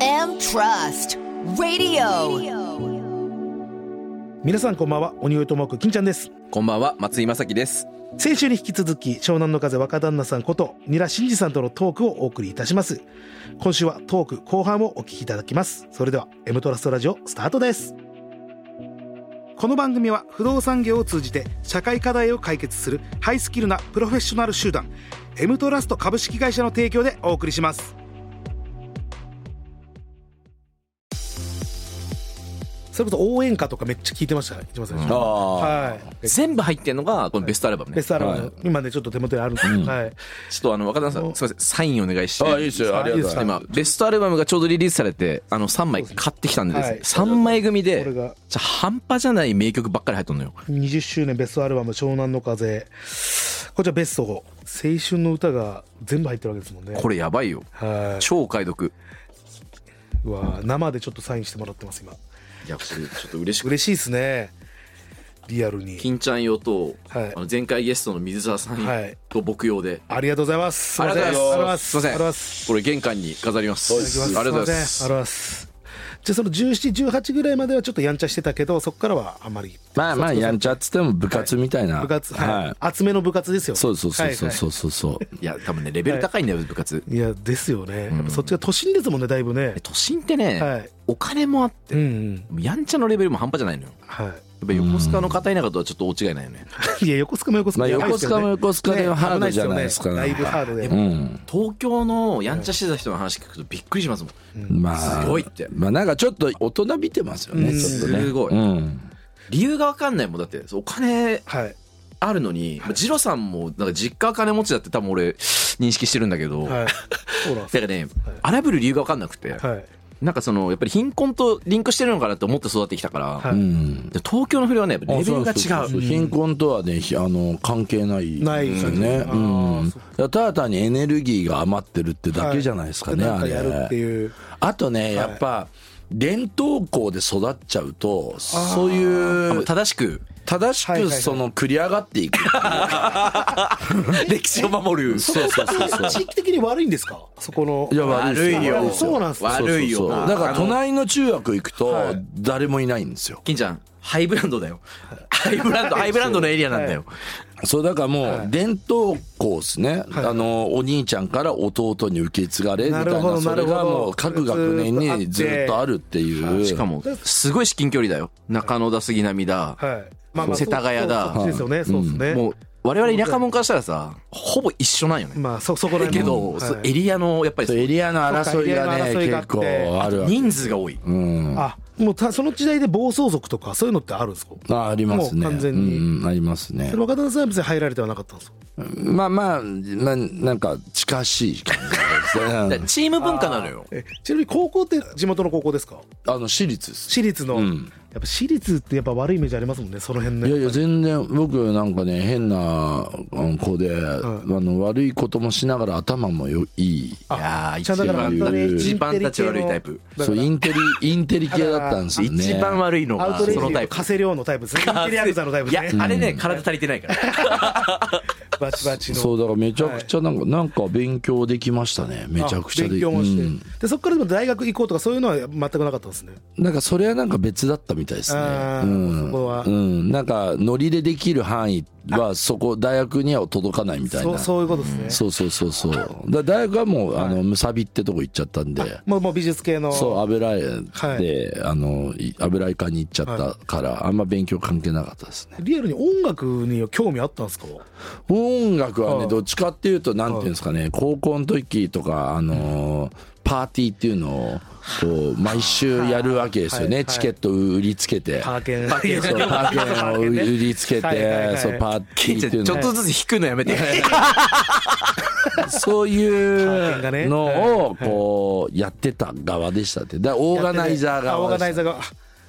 FM Trust Radio 皆さんこんばんは鬼越トモーク金ちゃんですこんばんは、松井正樹です。先週に引き続き湘南の風若旦那さんことニラ真二さんとのトークをお送りいたします今週はトーク後半をお聞きいただきますそれでは M トラストラジオスタートですこの番組は不動産業を通じて社会課題を解決するハイスキルなプロフェッショナル集団 M トラスト株式会社の提供でお送りしますそれこそ応援歌とかめっちゃ聞いてましたね一番最初あはい全部入ってんのが、このベストアルバムね。ベストアルバム、はい今ねちょっと手元にあるんですけど、はい、ちょっとあの、若田さん、すみません、サインお願いして。あ、いいですよ。ありがとうございま今、ベストアルバムがちょうどリリースされて、あの、3枚買ってきたんでですね、3枚組で、これがじゃあ半端じゃない名曲ばっかり入っとんのよ。 20周年ベストアルバム「湘南の風」こちらベスト5青春の歌が全部入ってるわけですもんねこれやばいよ。はい超お買い得。うわ生でちょっとサインしてもらってます今いや、これちょっと嬉しくて。嬉しいですねリアルに金ちゃん用と、はいあの前回ゲストの水沢さはいんと僕用で、ありがとうございますすいませんありがとうございますありがとうございますこれ玄関に飾ります。そうですありがとうございます。ありがとうございますじゃあその1718ぐらいまではちょっとやんちゃしてたけどそこからはあんまりまあまあ、やんちゃっつっても部活みたいな。部活、はいは厚めの部活ですよい。そうそうそうそうはいはいそうそうそう。いや、多分ね、レベル高いんだよ、部活。いやですよね、やっぱそっちが都心ですもんねだいぶね都心ってね、はいお金もあって、うん、うん、やんちゃのレベルも半端じゃないのよ。はやっぱ横須賀の片田舎とはちょっと大違いないよね。 いいや横須賀も横須ま賀あ、でやばい横ですよ須賀ねも横須賀ではハードじゃないですかね。だいぶね。ハードで。うん。東京のやんちゃしてた人の話聞くとびっくりしますもん。まあ、すごいってまあなんかちょっと大人びてますよね、ちょっとね。すごいうん。理由がわかんないもん。だって、そうお金はい。あるのに、まあジロさんも、なんか実家金持ちだって多分俺、認識してるんだけど、はい。そうなんですだからね、あらぶる理由がわかんなくて、よはい。なんかその、やっぱり貧困とリンクしてるのかなって思って育ってきたから、はういん。で東京の不良はね、やっぱレベルが違あそうそうう。そう貧困とはね、ひあの、関係ない。ないですよね。あうーん。そっだからただ単にエネルギーが余ってるってだけじゃないですかね、なんあかれ。やるっていう。あとね、やっぱ、伝統校で育っちゃうと、そうあいのう、正しく、正しはいはくいはいその、繰り上がって いく。歴史を守る。 そうそうそうそう。地域的に悪いんですかそこの。いや、悪いです悪いそうなんですよ悪いよ。そうそうそうだから、隣の中学行くと、誰もいないんですよ。金ちゃん、ハイブランドだよ。ハイブランド、ハイブランドのエリアなんだよ。そう、だからもう、伝統校ですね。あの、お兄ちゃんから弟に受け継がれ、みたいなるほな、どそれなるがほどもう、各学年にずっとあるっていう。しかも、すごい至近距離だよ。中野だ、杉並だ。はい。世田谷だそうそうそうですよね。そうですね。もう、我々田舎者からしたらさ、ほぼ一緒なんよね。まあ、そ、そこらだ辺けもど、はいそうエリアの、やっぱそうり、エリアの争いがそうねかエ、リアの結争いがあって構あるわけ。人数が多い。うん。あ、もうた、その時代で暴走族とか、そういうのってあるんですかあありますね。もう完全にうん、ありますねそ。れ若旦那さんは別に入られてはなかったんですかまあまあ、まあ、なんか近しい感じですだね からチーム文化なのよ。えちなみに高校って地元の高校ですかあの、私立です。私立の。やんっぱ私立ってやっぱ悪いイメージありますもんね、その辺いやね。いや、全然、僕なんかね、変なうん子で、あの、悪いこともしながら頭もよいい。いやーちゃんとだから、一番本当に一イ番ンテリたち系の悪いタイプ。そう、インテリ、インテリ系だったんですよね。一番悪いのアが、ウトレそイジのタイー、プカ。セリオのタイプですね。インテリアクザのタイプいですやね。、あれね、体足りてないから。バチバチの。そう、だからめちゃくちゃなんか、なんか勉強できましたね。めちゃくちゃで勉強もして、うんでそこからでも大学行こうとかそういうのは全くなかったんですねなんかそれはなんか別だったみたいですね。うあーそこはん。うん。なんか、ノリでできる範囲は、そこ、大学には届かないみたいそうな。そういうことですね、そうそうそうそう。だから大学はもう、あの、むさびってとこ行っちゃったんで。もうもう美術系のそう、油絵で、はいあの、い油絵科に行っちゃったから、あんま勉強関係なかったですね。リアルに音楽に興味あったんですか音楽ははね、いどっちかっていうと、なんていうんですかね、高校の時とか、あのーパーティーっていうのを、こう、毎週やるわけですよはね。いチケット売りつけて。パーケンパーケンそう、パーケンを売りつけはいはいはて、いそう、パーティ金ちーゃっていん、うちのょっとずつ引くの やめて。そうンがいねうのを、こう、やってた側でしたって。だからオーガナイザーあオ側ーガナでしイザたーがあ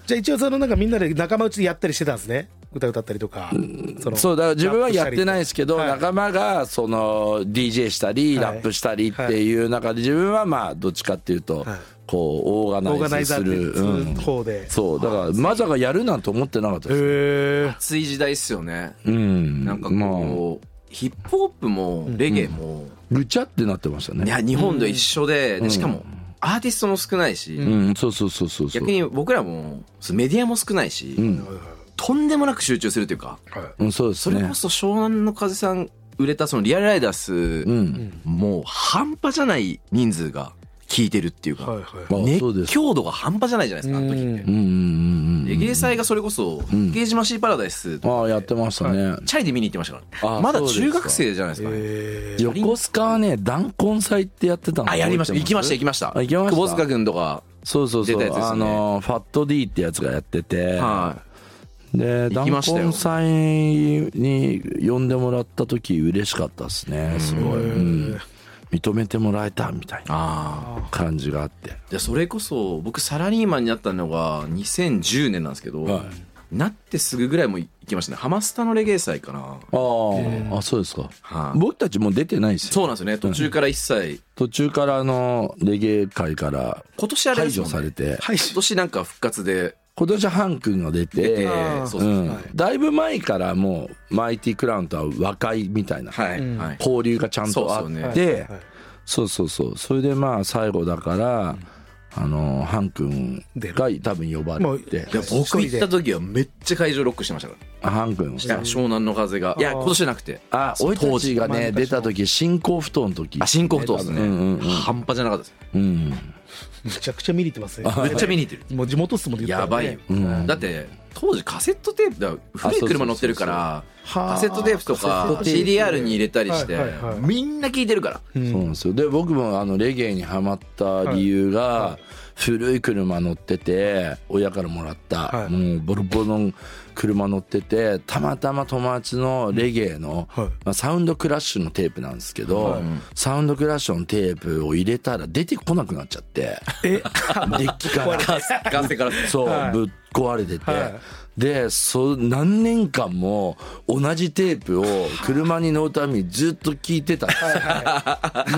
じゃあ一応そのなんかみんなで仲間内でやったりしてたんですね歌歌ったりとか、のそうだから自分はやってないですけど、はい仲間がその DJ したり、はいラップしたりっていう中で自分はまあどっちかっていうと、はいこうオーオーガガナナイイズザすーってる、すうんる方で、そうだからまさかやるなんて思ってなかったです、へえ熱い時代っすよね。うんなんかまあこう、ヒップホップも、レゲエも、ぐちゃってなってましたいやね日本で一緒で,、でしかもアーティストも少ないし、ううん、そうそうそうそうそう逆に僕らもそうメディアも少ないし、うん、とんでもなく集中するというかはいうん、そうですそれねこそ湘南乃風さん売れたそのリアルライダース、うんもう半端じゃない人数が聞いてるっていうか、はいまはあそう熱です狂度が半端じゃないじゃないですかあの時ってうんうんうんうでん芸祭がそれこそ「んゲージマシーパラダイス」ああやってましたねチャリで見に行ってましたからあまだそうですか中学生じゃないですいかねえー横須賀はね弾痕祭ってやってたのあやりました覚え行てきまますした行きましたあ行きました久保塚君とかそうそうそ出う、たやつですよあねのファット D ってやつがやってて、はいで行弾きましたよ痕祭に呼んでもらった時嬉しかったですねすごい、うん認めてもらえたみたいなああ感じがあってじゃあそれこそ僕サラリーマンになったのが2010年なんですけど、はいなってすぐぐらいも行きましたねハマスタのレゲエ祭かなあーあそうですか、はい僕たちもう出てないですよそうなんですよね途中から一切途中からあのレゲエ界から今年あれで排す除もんねされてはい今年なんか復活で今年ハン君が出出てて、そううそう、ん、だいぶ前からもうマイティクラウンとは和解みたいな、はい、はい交流がちゃんとあそうそうっねはいてそうそうそうそれでまあ最後だからあのハン君が多分呼ばれていや僕行った時はめっちゃ会場ロックしてましたかあハン君ら、湘南の風がいや今年じゃなくてあ俺たちがね当時出た時新興不当の時あ新興不動ですね、うんうんうん半端じゃなかったですうんめちゃくちゃ見に行ってますねめっちゃ見に行ってるもう地元っすもんね言ったらやばねいよ、うんだって当時カセットテープだ古い車乗ってるからはあカセットテープとかカセットテープ CDR に入れたりして、はいはいはいみんな聞いてるからそうなんですよで僕もあのレゲエにハマった理由が、古い車乗ってて親からもらった、はいもうボロボロの車乗っててたまたま友達のレゲエの、はいまあ、サウンドクラッシュのテープなんですけど、サウンドクラッシュのテープを入れたら出てこなくなっちゃって デッキからガセからそう、はいぶっ壊れてて、はでそう何年間も同じテープを車に乗るためにずっと聞いてたんですよ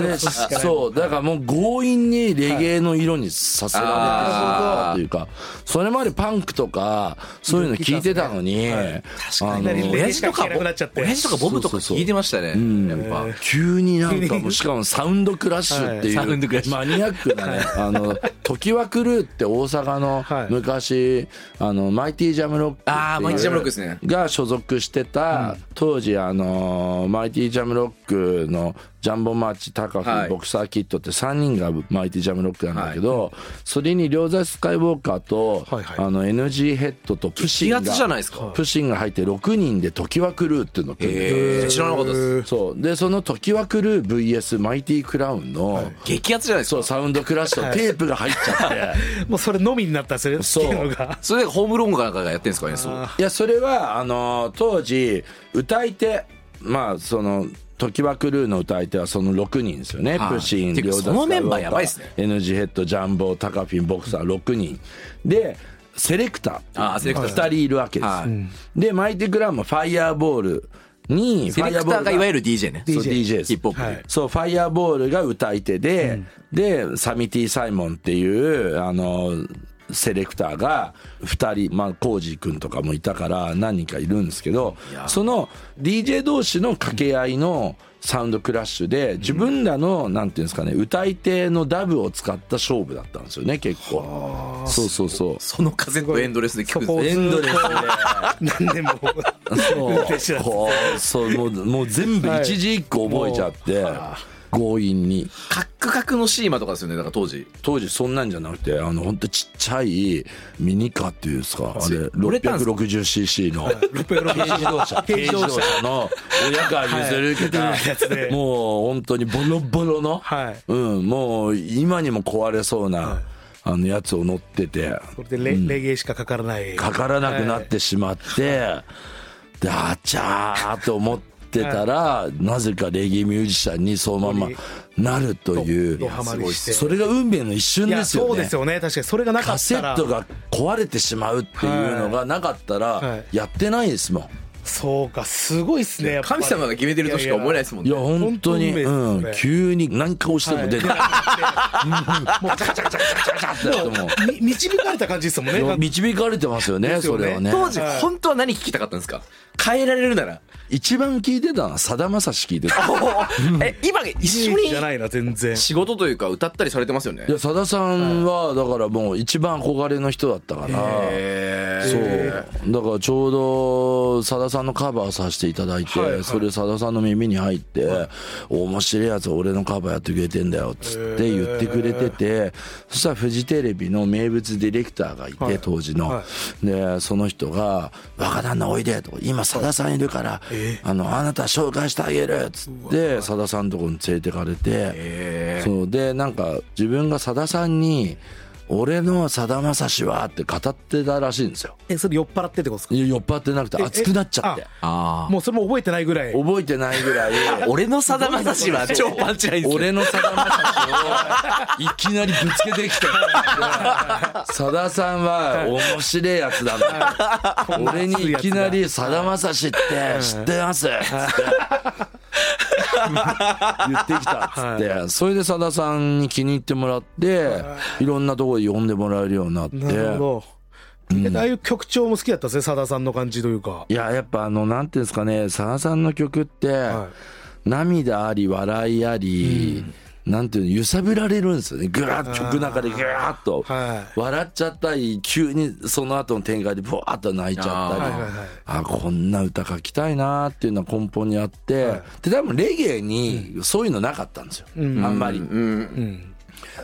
ね、そうだからもう強引にレゲエの色にさせられてしまったというか、それまでパンクとかそういうの聞いてたのに、あいきなりのレゲエ親し父か聞とかけなくなっちゃって親父とかボブとか聞いてましたねやっぱ急になん かもうしかもサウンドクラッシュっていう、はいサウンドクラッシュマニアックなねあの時は狂うって大阪のはい昔、あのマイティジャムロックっていうああマイチジャムロックですねが所属してた当時あのーマイティジャムロックのジャンボマーチ高は木いボクサーキッドって3人がマイティジャムロックなんだけどそれに両座スカイウォーカーとはいはいあの NG ヘッドとプシンが激アツじゃないですかプシンが入って6人で「時は狂う」っていうのを組んでえー知らなかったですそうでその「時は狂う VS マイティクラウン」の激アツじゃないですそうかサウンドクラッシュとテープが入っちゃって。もうそれのみになったんですよねそう聞けるのがそれでホームローンかなんかがやってんですかねそう いやそれはあの当時歌い手まあその時はクルーの歌い手はその6人ですよね、はいプシンてか両田そのメンバーやばいっすね NG ヘッドジャンボタカフィンボクサー6人でセレクターあーセレクター2人いるわけです、はいうんでマイティクラウンもファイヤーボールにセレクターがいわゆるる DJ ね DJ, そう DJ DJ ですヒップホップではいそう、ファイヤーボールが歌い手で、で、サミティ・サイモンっていう、あの、セレクターが2人、まあ、コージー君とかもいたから何人かいるんですけど、その DJ 同士の掛け合いのサウンドクラッシュで、自分らの、なんていうんですかね、歌い手のダブを使った勝負だったんですよね、結構。そうそうそう。そのカセットエンドレスで聞くんですそこねエンドレスで。何年も運転してたんですこうそうもうもう全部一字一句覚えちゃって、強引に。カックカクのシーマとかですよねだから当時当時そんなんじゃなくてあの本当ちっちゃいミニカーっていうんですかあれ売れたんすか 660cc の軽660自動車 軽自動車の親から譲り受けた、はいやつでもう本当にボロボロの、はいうん、もう今にも壊れそうな、はいあのやつを乗っててこれでレ,、レゲエしかかからないかからなくなってしまって、であちゃーと思ってたら、なぜかレゲエミュージシャンにそのままなるというドハマりしてそれが運命の一瞬いでやすよねそうですよね確かにそれがなかカっセたらットが壊れてしまうっていうのがなかったはらいやってないですもん、いそうかすごいっすねやっぱり神様が決めてるとしか思えないやですもんねや本当に本当に運命ですよねうん、急に何か押しても出ない、いやもうガチャガチャガチャガチャガチャだってもうみ導かれた感じですもんね。導かれてますよねですよねそれはね当時はい本当は何聞きたかったんですか変えられるなら。一番聞いてたのはさだまさし聞いて たえ、今一緒一緒じゃにないな全然仕事というか歌ったりされてますよねい。やさださんはだからもう一番憧れの人だったからへーそうだからちょうどさださんのカバーさせていただいて、はいはいそれさださんの耳に入って「面白いやつ俺のカバーやってくれてんだよ」っつって言ってくれてて、そしたらフジテレビの名物ディレクターがいて、はい当時の、はでその人が「若旦那おいで」とか「今さださんいるから、あのあなた紹介してあげる」っつってさださんのとこに連れてかれてそうでなんか自分がさださんに「俺のさだまさしは」って語ってたらしいんですよ。えそれ酔っ払ってってことですかいや酔っ払ってなくて熱くなっちゃってえあもうそれも覚えてないぐらい覚えてないぐらいあ。俺のさだまさしは超パンチラインですよ俺のさだまさしをいきなりぶつけてきてさださんは面白いやつだな俺にいきなり「さだまさしって知ってます」っつって言ってきたっつって、それでさださんに気に入ってもらっていろんなとこで呼んでもらえるようになってなるほど、えああいう曲調も好きだったんですねさださんの感じというかいややっぱあのなんていうんですかねさださんの曲って、は涙あり笑いあり、なんていうの揺さぶられるんですよねぐらっと曲の中でぐらっと、は笑っちゃったり急にその後の展開でぼわっと泣いちゃったりああ,、ーはいはいはいこんな歌書きたいなーっていうのは根本にあって、で多分レゲエにそういうのなかったんですよ、あんまり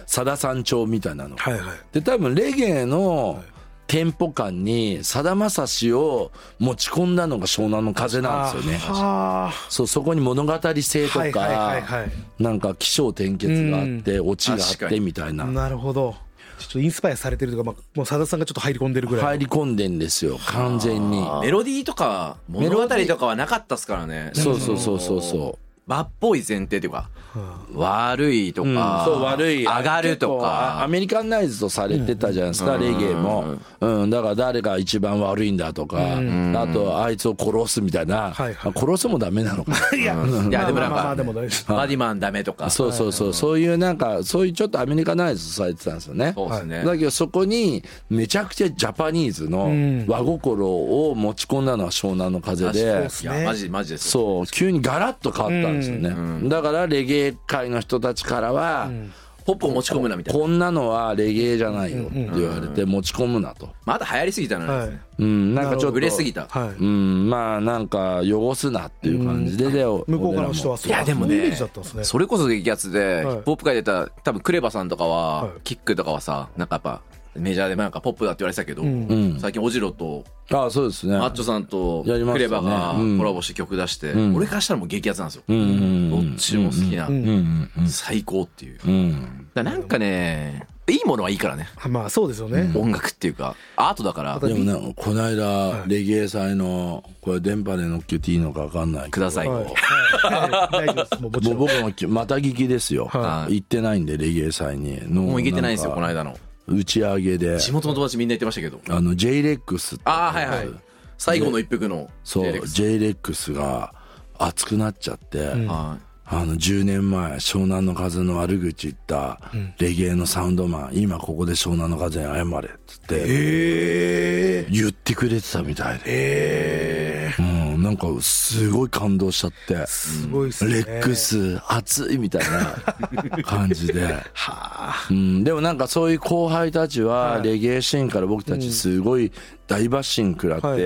さだ、さん調みたいなの、はいはいで多分レゲエのテンポ感にさだまさしを持ち込んだのが湘南の風なんですよねあそうそこに物語性とか、はいはいはいはいなんか起承転結があって、オチがあ確っかてにみたいあななるほどちょっとインスパイアされてるというか、まあ、もうさださんがちょっと入り込んでるぐらい、入り込んでんですよ完全にメロディーとか物語とかはなかったっすからね。そうそうそうそうそう和っぽい前提というか、悪いとか、そう悪い上がると結構あアか、メリカンナイズとされてたじゃないですか、レゲエも、うん、だから誰が一番悪いんだとか、あとあいつを殺すみたいな、はいはいあ殺すもダメなのかいや、いやでもまなんかあまあまあでも大丈夫ですバディマンダメとか。そうそうそう、そういうなんか、そういうちょっとアメリカナイズされてたんですよね。そうですねだけどそこに、めちゃくちゃジャパニーズの和心を持ち込んだのは湘南の風で、すいねや、マジ、マジです。そう、急にガラッと変わったんですよね。だからレゲエ界の人たちからは、ポップを持ち込むなみたいな。こんなのはレゲエじゃないよって言われて持ち込むなと。まだ流行りすぎたのはいに、うん、なんかちょっと。売れすぎた。はい、うん、まあなんか汚すなっていう感じで、で向向こうからの人はそういやでもそういうイメねージだったんですねそれこそ激アツで、ヒはいップホップ界でた多分クレバさんとかは、はいキックとかはさなんかやっぱメジャーでなんかポップだって言われてたけど、ん最近オジロとああ、そうですね。マッチョさんとやりまクしたねレバがコラボして曲出して、ん俺からしたらもう激アツなんですよ、うんうんうんどっちも好きな、うんうん最高っていう、うだかん。らなんかねいいものはいいからねまあそうですよね、音楽っていうかアートだからでもね、この間、レゲエ祭の、これ電波で乗っけていいのか分かんないけくど。ださい、はいこはい、大丈夫ですもうもちろもうん僕もきまた聞きですよ。はい行ってないんで、レゲエ祭に。うももういけてないんですよこの間の打ち上げで、地元の友達みんな言ってましたけどあの、J-REX って。ああはいはい最後の一服のそう、デレックス J-REX が熱くなっちゃって、はいあの、10年前、湘南の風の悪口言った、レゲエのサウンドマン、今ここで湘南の風に謝れ、っつって、言ってくれてたみたいで。うん、なんか、すごい感動しちゃって。すごいですねレックス熱いみたいな感じ で、うん、でもなんかそういう後輩たちはレゲエシーンから僕たちすごい大バッシング食らって、はい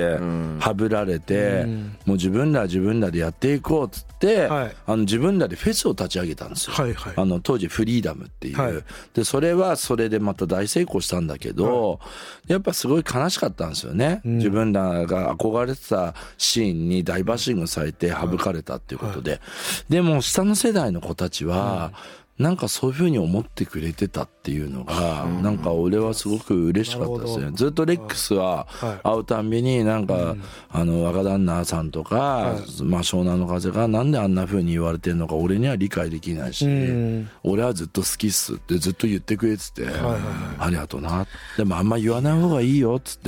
はぶられて、もう自分らは自分らでやっていこうっつって、はいあの自分らでフェスを立ち上げたんですよ、はいはいあの当時フリーダムっていう、はいでそれはそれでまた大成功したんだけど、やっぱすごい悲しかったんですよね、自分らが憧れてたシーンに大バッシングされて省かれたっていうことで、でも下の世代の子たちは、なんかそういうふうに思ってくれてたっていうのが、なんか俺はすごく嬉しかったですなるね。ずっとレックスははい会うたんびになんか、あの若旦那さんとか、まあ湘南の風がなんであんなふうに言われてるのか俺には理解できないし、うん俺はずっと好きっすってずっと言ってくれてて、ありがとうなでもあんま言わない方がいいよっつっ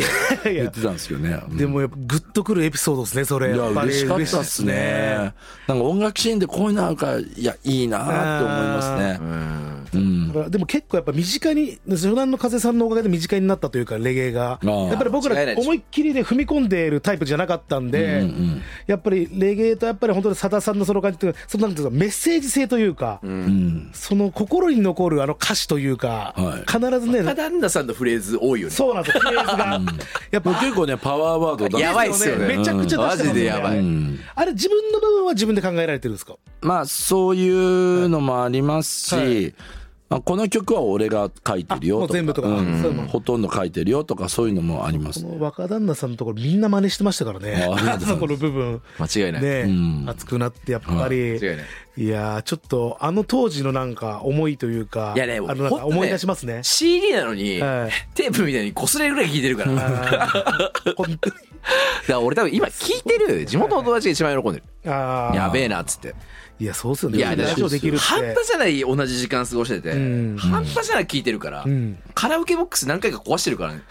ていや言ってたんですよね。うんでもやっぱグッとくるエピソードですねそれいややっぱり嬉しかったっすねなんか音楽シーンでこういうのあるからいやいいなって思いますねうんだからでも結構やっぱ身近に初段の風さんのおかげで身近になったというかレゲエがああやっぱり僕ら間違いないでしょ思いっきりで踏み込んでいるタイプじゃなかったんで、うんうんやっぱりレゲエとやっぱり本当にさださんのその感じというかそのなんていうかメッセージ性というか、うんその心に残るあの歌詞というか、はい必ずねただんださんのフレーズ多いよね。そうなんですよフレーズがやっぱ結構ねパワーワードだやばいっすよね。めちゃくちゃ出してますよねマジでやばい。うんあれ自分の部分は自分で考えられてるんですかまあそういうのもありますし、はいまあ、この曲は俺が書いてるよもとうか全部とか、うんそういうのほとんど書いてるよとかそういうのもありまこすの若旦那さんのところみんな真似してましたからねあありがとうございますそこの部分間違いない。ねん熱くなってやっぱり、間違いない。いやーちょっとあの当時のなんか思いというかいやあね、のなんほんかと思い出しますね CD なのに、はいテープみたいに擦れるぐらい聞いてるから。だか本当にら俺多分今聞いてる地元の友達が一番喜んでる。あーやべえなっつって。いやそうっすよねいや、ラだジからオできるって半端じゃない同じ時間過ごしてて、ん半端じゃない聞いてるから、んカラオケボックス何回か壊してるから ね。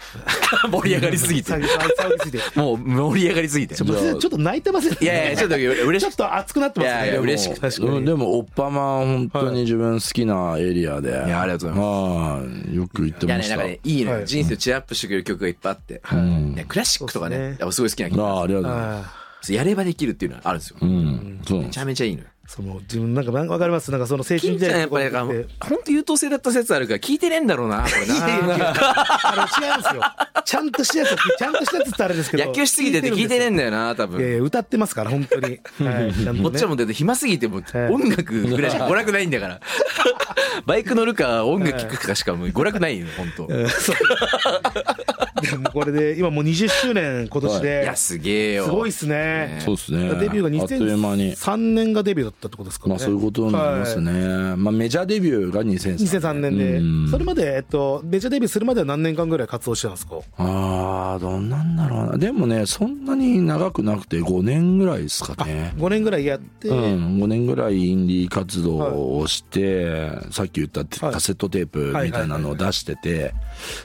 盛り上がりすぎて騒。ぎ騒ぎすぎてもう盛り上がりすぎて。ちょちょっと泣いてますよねいや いや、ちょっと嬉ちょっしくと熱くなってますねいやいやでも嬉しくて確かうんにでもおっぱま本当に自分好きなエリアで、いやありがとうございますよく行っていやまね、しなんた、かね、いいのよ。はい人生をチェアアップしてくれる曲がいっぱいあって。ねクラシックとかそうね、やですっねぱすごい好きな曲ああありがとうございますあやればできるっていうのはあるんですよ。うんそうめなんでちすゃめちゃいいのよ。ーその自分なんかなんかわかりますなんかその青春金時ちゃん代やっのこぱとりなんってか、ほんと優等生だった説あるから聞いてねえんだろ うな、これいやいやいな。やあの違うんですよちゃんとしたやつちゃんとしたやつってあれですけど 野球しすぎてて聞いてねえんだよな、多いやい分。や歌ってますから本当に、はい、ちゃんとねこっ ちはもうだって暇すぎてもうはい音楽ぐらいしか娯楽ないんだ から。バイク乗るか音楽聴くかしかもう娯楽ないよ、ほんと。うんそうでもこれで今もう20周年今年いでや、すげえよ。すごいっすねそうですねデビューがあっという間に2003年がデビューだったってことですかねまあそういうことになりますはいね、まあメジャーデビューが2003 2003年で、うんそれまで、えっと、メジャーデビューするまでは何年間ぐらい活動してたんですかああどんなんだろうなでもねそんなに長くなくて5年ぐらいですかね ?5 年ぐらいやって、うん、5年ぐらいインディー活動をして、さっき言ったってはいカセットテープみたいなのを出してて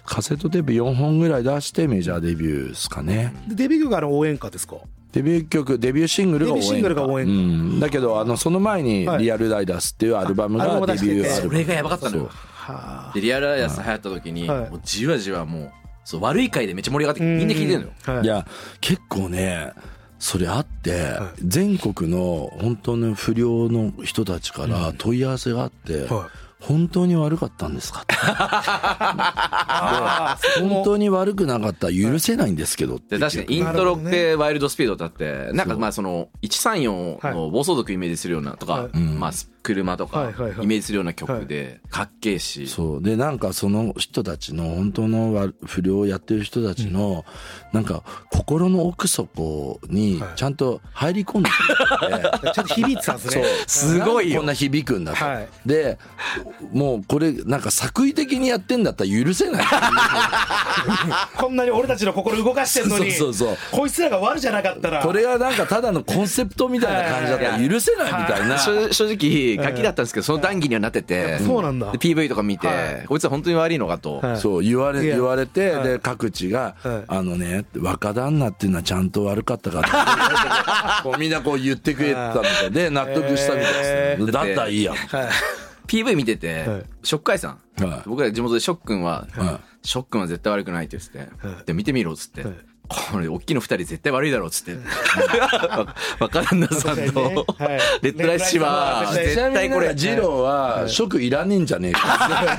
カセットテープ4本ぐらい出してメジャーデビューですかねでデビュー曲があの応援歌ですかデビュー曲デビューシングルが応デビューシングルが応援援歌歌うん、だけどあのその前に「はいリアルライダース」っていうアルバムあアルバムがデ出しててビューアそルバムれがやばかったのそうよ。はあで、リアルアイアス流行った時に、はいもうじわじわもう、そう、悪い回でめっちゃ盛り上がって、みんな聞いてるのよ。はいいや結構ねそれあって、全国の本当の不良の人たちから問い合わせがあって、はい本当に悪かったんですかってあー本当に悪くなかったら許せないんですけどっでて言っ確かてにイントロってワイルドスピードだって、なんかまあその134の暴走族イメージするようなとかは、いまあ車とはかいはいはいイメージするような曲で、かっけえし、そうでなんかその人たちの本当の悪不良をやってる人たちの、なんか心の奥底にはいちゃんと入り込んでくれて、ちょっと響いてたん ですね。すごいこんよ。な響くんだと、はいでもうこれなんか作為的にやってんだったら許せないこんなに俺たちの心動かしてんのに、 そうそうそうこいつらが悪じゃなかったら、これがなんかただのコンセプトみたいな感じだったら許せないみたいな。正正直ガキだったんですけどその談義にはなっててそうなんだで PV とか見て、はこいつは本当に悪いのかと、はいそう言われいや言われて、はいで各地が、はいあのね若旦那っていうのはちゃんと悪かったからってこうみんなこう言ってくれてたみたいで納得したみたいへです、ねだったらいいや、 PV 見てて、はいショックアイさん、はい僕ら地元でショックンは、はショックンは絶対悪くないって言ってて、はいで見てみろっつって、はいこれ大きいの二人絶対悪いだろうっつって若旦那さ確んと、かにねはいレッドライシはレ絶ッちなみに対ここれれ二郎は食いらねえんじゃねえか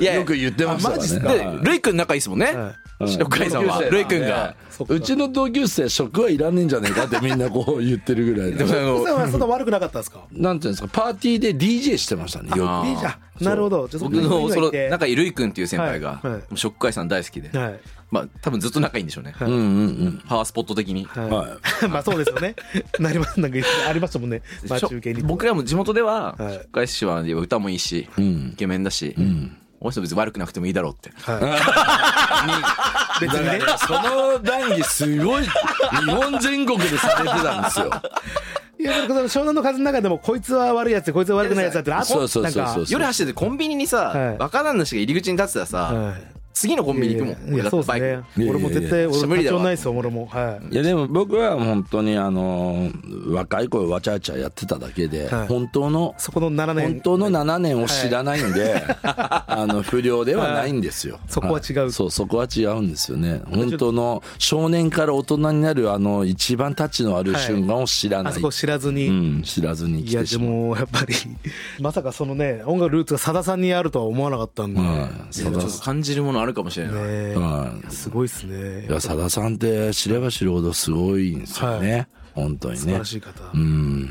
いやよく言ってましたあマジっすからでね、ルイ君仲いいですもんね、うんショックアイさんは、同級生ルイ君が。そっかうちの同級生食はいらねえんじゃねえかってみんなこう言ってるぐらいででもあの奥さんはそんな悪くなかったんですかなんていうんですかパーティーで DJ してましたねよあくーいいじゃん。なるほど。じゃあ僕のその行って仲いいルイ君っていう先輩が、はいはいもうショックアイさん大好きで、はい。まあ多分ずっと仲いいんでしょうね、はういんうんうんパワースポット的に、はいは まあそうですよね。なります。なんかありましたもんね。まあしょ中継に。僕らも地元ではは、い紹介師は歌もいいし、んイケメンだし、お人別に悪くなくてもいいだろうって。別にね。その談義すごい日本全国でされてたんですよ。いや、なんかその湘南の風の中でも、こいつは悪いやつで、こいつは悪くないやつだって、あそうそうそうそうなんか夜走っててコンビニにさ、はい若旦那氏が入り口に立ってたさ、はい次のコンビニ行くもいんや俺だそっうてですバイクねいやいやいや俺も絶対俺無理課だわ長ないですよ俺もはい いやでも僕は本当にあの若い頃わちゃわちゃやってただけで、はい本当のそこの7年本当の7年を知らないんで、 あの不良ではないんですよ。そこは違ういそう、そこは違うんですよね。本当の少年から大人になるあの一番タッチの悪い瞬間を知らなあい。そこ知らずに、うん、知らずにい来やてでしまう。もやっぱりまさかそのね音楽ルーツがさださんにあるとは思わなかったんで、はい、いやちさだょっと感じるものあるかもしれない、ねはいすごいですねいやさださんって知れば知るほどすごいんですよね。本当に素晴ねら。しい方、うん。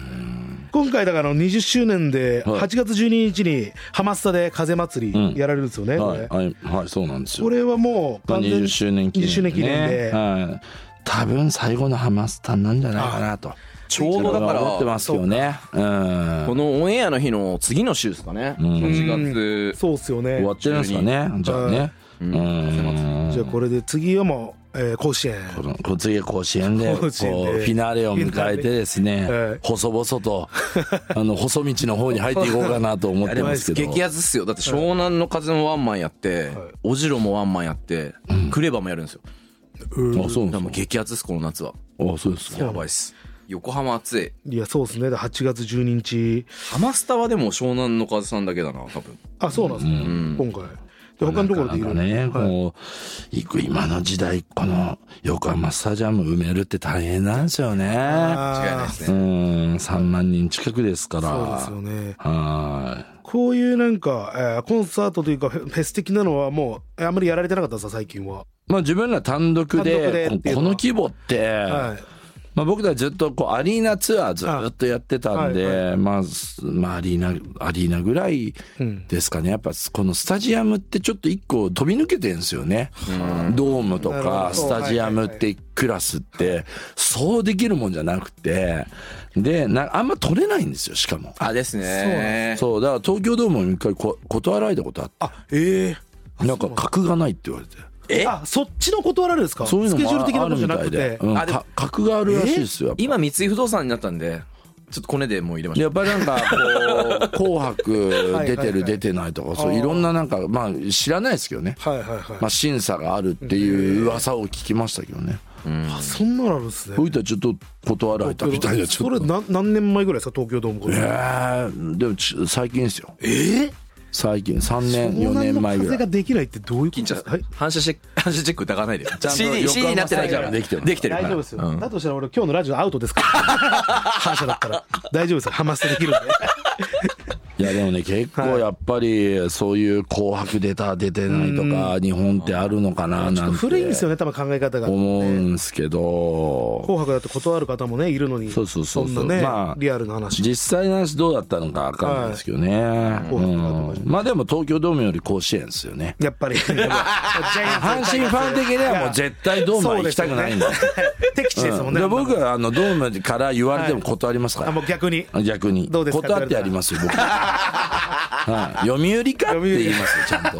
今回だからあの20周年ではい8月12日にハマスタで風祭りやられるんですよね、こはれい、はい、はい、そうなんですよこ。れはもう完全に20周年記念、 20周年記念で、はい、多分最後のハマスタなんじゃないかなとちょうどだから思ってますよねうんこのオンエアの日の次の週ですかね、ん8月そうっすよね終わってるんですかねじゃあねうんじゃあこれで次はもう、えー甲子園このこ次は甲子園でこう甲フ子園でィナーレを迎えてですねはい細々 とあの細道の方に入っていこうかなと思ってますけど激アツっすよだって湘南の風もワンマンやって、おじろもワンマンやって、クレバもやるんですよだあそうからなんもうです激アツっすこの夏はかあそうですかやばいっす横浜暑いいやそうですねで8月12日ハマスタはでも湘南の風さんだけだな多分あそうなんですね、今回で他のところでいなるんかね、こう、いく今の時代、この横浜スタジアム埋めるって大変なんですよね。間違いないですうねん、3万人近くですから。そうですよねはこういうなんか、えーコンサートというかフェフェス的なのはもうえーあんまりやられてなかったです最近は、い。まあ自分ら単独で、単独でっていうのこのは規模って、はいまあ僕らずっとこうアリーナツアーずっとやってたんで、はいまあ、すまあアリーナ、アリーナぐらいんですかね。やっぱこのスタジアムってちょっと一個飛び抜けてんですよね。ドームとなるほかどスタジアムってクラスって、そうできるもんじゃなくて、で、なあんま取れないんですよ、しかも。あですねそう、だから東京ドームも一回こ断られたことあってあええなんか格がないって言われて。えあそっちの断られるんですかそういうスのケジュールも的なあことるじゃみなたくいてで。うんあでもか格があるらしいですよ。今三井不動産になったんでちょっとコネでもう入れましやたっぱなんか こう「紅白」い出てる出てないとかそういろんななんかまあ知らないですけどね、はいはいはい、まあ、審査があるっていう噂を聞きましたけどねあそんなのあるんですねそういったらちょっと断られたみたいなちょそっれとな何年前ぐらいですか東京ドームこえれー、でもち最近ですよえ最近3年4湘南年の前ぐ風らがいできないってどういうこ金ちとゃですんかはい反射して反射チェック 疑わないでゃんと CD, CD になってないから横浜スタジアムできてますできてるか大ら丈夫ですよ、うんだとしたら俺今日のラジオアウト ですから反射だったら大丈夫ですよハマスタできるんでいやでもね結構やっぱりそういう「紅白」出た出てないとか日本ってあるのかななん古いんてですよね多分考え方が思うんすけど紅白だって断る方もねいるのにそうそうそうそうそんなね、まあリアルな話実際の話どうだったのかわかんないですけどね、いうんまあでも東京ドームより甲子園ですよねやっ ぱりでもジャイア阪ンツ神ファン的にはもう絶対ドームは行きたくないんだ、敵地ですもうんんね、 で僕はあのドームから言われても断りますかあら、もう逆に逆にどうですか断ってやりますよ 僕はい、読売かって言いますよちゃんと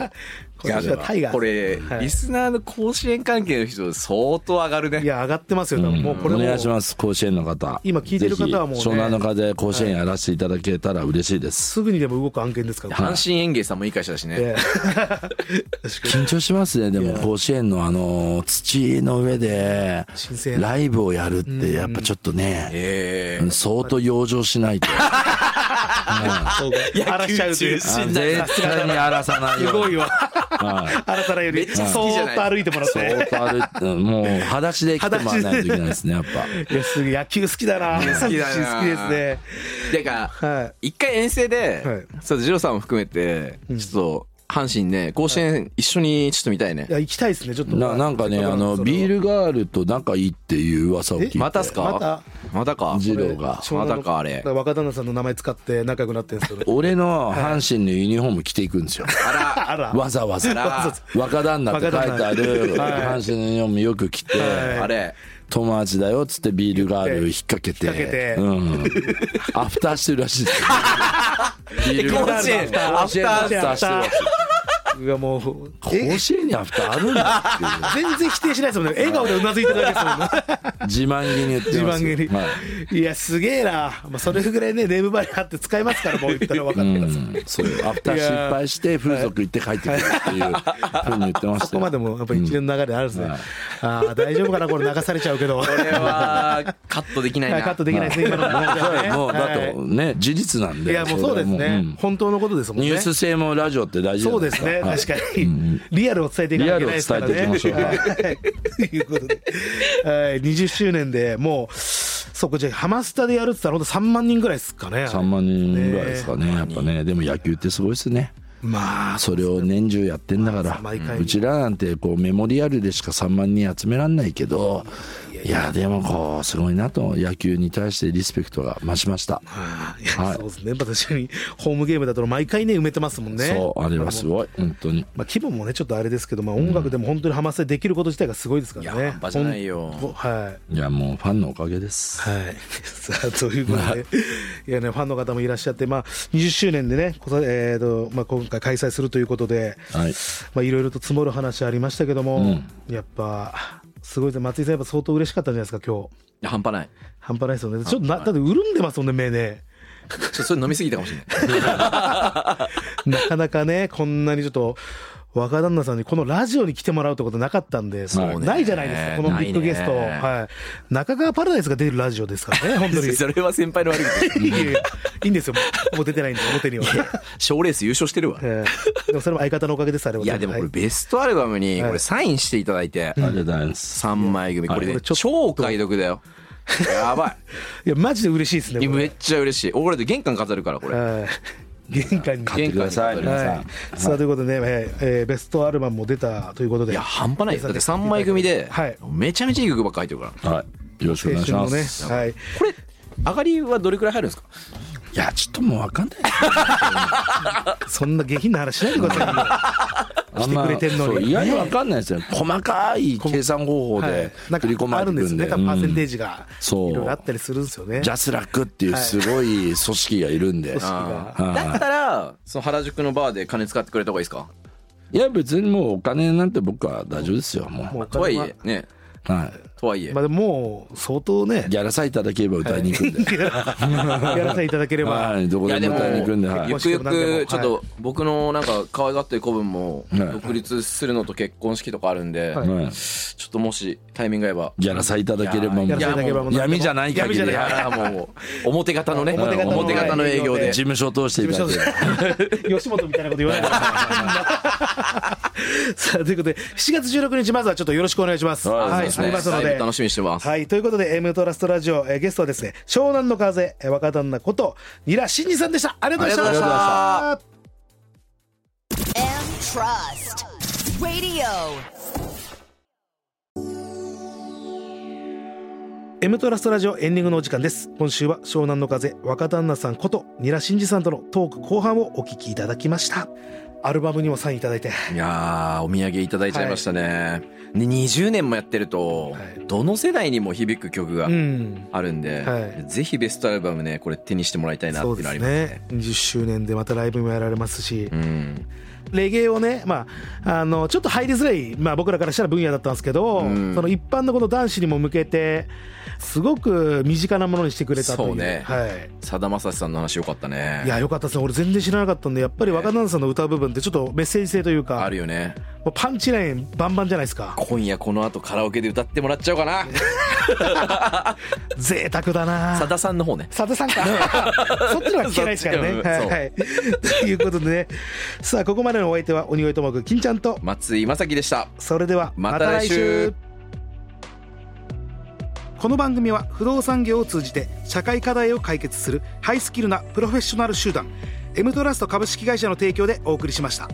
今年はタイガースこれ、リスナーの甲子園関係の人相当上がるいねや上がってますよ多分、 もうこれおも願いします甲子園の方今聞いてる方はもうねぜひ湘南の風甲子園やらせていただけたら嬉しいです、すぐにでも動く案件ですから、阪神園芸さんもいい会社だしねええ確かに緊張しますねでも甲子園のあの土の上で新鮮なライブをやるってやっぱちょっとね、えうん相当養生 しないと荒らしちゃうというあ絶対に荒らさないすよごういにわ新たなよめりそっちゃー好きじゃなっいと歩いてもらっ相て当あるうんもう裸足で来てもらわないといけないですねやっぱいやすぐ野球好きだな好きだな好きですねてか、は一回遠征で、はいそう二郎さんも含めて、ちょっと阪神ね甲子園一緒にちょっと見たいね、いや行きたいですねちょっとななんかねあのビールガールと仲いいっていう噂を聞いてまたっすかまたまたか二郎が湘南のまたかあれ若旦那さんの名前使って仲良くなってるんですけど俺の阪神のユニフォーム着ていくんですよあらわざわざ若旦那って書いてある若旦那阪神のユニフォームよく着てあれ友達だよっつってビールガール引っ掛けて引っ掛けてうん、アフターしてるらしいですビール甲ガー子園ルアフターアフターしてるらしい僕がもう え甲子園にアフターあるんだっていう全然否定しないですもんね笑顔でうなずいてるだけですもんね自慢げに言って自ます慢げに、、はいやすげえな、まあ、それぐらいねネームバリューあって使い ますからもう言ったら分かってます、いうん、そうアフター失敗して風俗行って帰ってくるっていうふうに言ってましたここまでもやっぱり一連の流れであるんですね、ああ大丈夫かなこれ流されちゃうけどこれはカットできな いはいなカットできないですね今の話はねもうだとはね事実なんい、でいやもうそうですね、ん本当のことですもんねニュース性もラジオって大事じゃそなういですね、かはい確かに、リアルを伝えていかなきゃいけないですからね。リアルを伝えていきはいということで、はい、20周年でもう、そこじゃあハマスタでやるって言ったら、本当3万人ぐらいですかね。 3万人ぐらいですかねやっぱねでも野球ってすごいですねまあ、それを年中やってんだから毎回うちらなんてこうメモリアルでしか3万人集めらんないけどいやでもこうすごいなと野球に対してリスペクトが増しましたいやはいそうですね、まあ確かに、ホームゲームだと毎回ね、埋めてますもんね。そうあれはすごい本当にまあ、規模もね、ちょっとあれですけど、まあ、音楽でも本当にハマスタできること自体がすごいですからね。いや半端じゃないよほんとはいいやもうファンのおかげですはい。 さあ、ということで、いやね、ファンの方もいらっしゃって、まあ、20周年でね、こさえーとまあ、今回開催するということで、はいまあ、いろいろと積もる話ありましたけども、やっぱ、すごいですね松井さん、やっぱ相当嬉しかったんじゃないですか、今日。や半端ない半端ないですよね。ちょっとな、だって潤んでますもんね、目ね。ちょっとそれ飲みすぎたかもしれない なかなかね、こんなにちょっと、若旦那さんにこのラジオに来てもらうってことなかったんで、そうねないじゃないですか、このビッグゲスト。ないねはい。中川パラダイスが出るラジオですからね、本当に。 それは先輩の悪いこといやいやいいんですよ、もうもう出てないんで、表には。賞レース優勝してるわええでもそれも相方のおかげです、あれはいやでもこれはいベストアルバムにはいこれサインしていただいてありがとうございます3枚組これこねれちょっと超お買い得だよやばいや、マジで嬉しい ですねいこれめっちゃ嬉しい俺だって玄関飾るからこれはい。玄関に。買ってください玄皆さん、はい、さあということでね、えーえーベストアルバムも出たということでいや半端ないよだって3枚組ではいめちゃめちゃいい曲ばっか入ってるからはい、よろしくお青願いし春のまねす。、はい、これ上がりはどれくらい入るんですかいや、ちょっともうわかんない。そんな下品な話しないでくださあしてくれてんのにそう意外にわかんないですよ。細かい計算方い法よ、はいで、なん振り込かまあるれてんくですんねで。多分パーセンテージ。ジがいそうろいろあったりするんですよねジャスラックっていうすごい組織がいるんで。あはいーだからその原宿のバーで金使ってくれた方がいいですかいや、別にもうお金なんて僕は大丈夫ですよ。ももうおとは金いはえねう。はとはいえまあ、でももう相当ねい。ギャラさえいただければ歌いに行くんで。 やらせていただければ、 はい、どこいでやでもも歌いに行くんで。はゆい。くゆくちょはっと僕のなんか可愛がってる子分もはい独立するのと結婚式とかあるんではいはいちょっともしタイミング合えばギャラさえいただければもうややらせていただければもう闇じゃない限り闇じゃいないやもう表方のね表方の表方の営業で事務所を通していただいて。 吉本みたいなこと言 わないでくださいさあということで7月16日まずはちょっとよろしくお願いします。はいは、はいいありますのライでブ。楽しみにしてますはいということで「M トラストラジオ」えーゲストはですね湘南の風えー若旦那ことニラ真二さんでしたありがとうございましありがとうございた。 M Trust Radio. M トラストラジオエンディングのお時間です今週は湘南の風若旦那さんことニラ真二さんとのトーク後半をお聞きいただきましたアルバムにもサインいただいていやーお土産いただいちゃいましたね、で20年もやってると、はいどの世代にも響く曲がうんあるんで、はいぜひベストアルバムねこれ手にしてもらいたいなってそいううでのあすりますねね20周年でまたライブもやられますし、うんレゲエをね、まあ、あのちょっと入りづらい、まあ、僕らからしたら分野だったんですけど、んその一般のこの男子にも向けてすごく身近なものにしてくれたというそうねはい、さだまさしさんの話よかったねいやよかったですね俺全然知らなかったんでやっぱり若旦那さんの歌う部分ってちょっとメッセージ性というかあるよねもうパンチラインバンバンじゃないですか今夜この後カラオケで歌ってもらっちゃおうかな贅沢だなさださんの方ねさてさん か。そっちのは聞けないですからね。そっちはのい、はい。ということでね。さあ、ここまでのお相手は、鬼越トマく金ちゃんと、松井正樹でしたそれでは、また来週この番組は、不動産業を通じて、社会課題を解決する、ハイスキルなプロフェッショナル集団、エムトラスト株式会社の提供でお送りしました。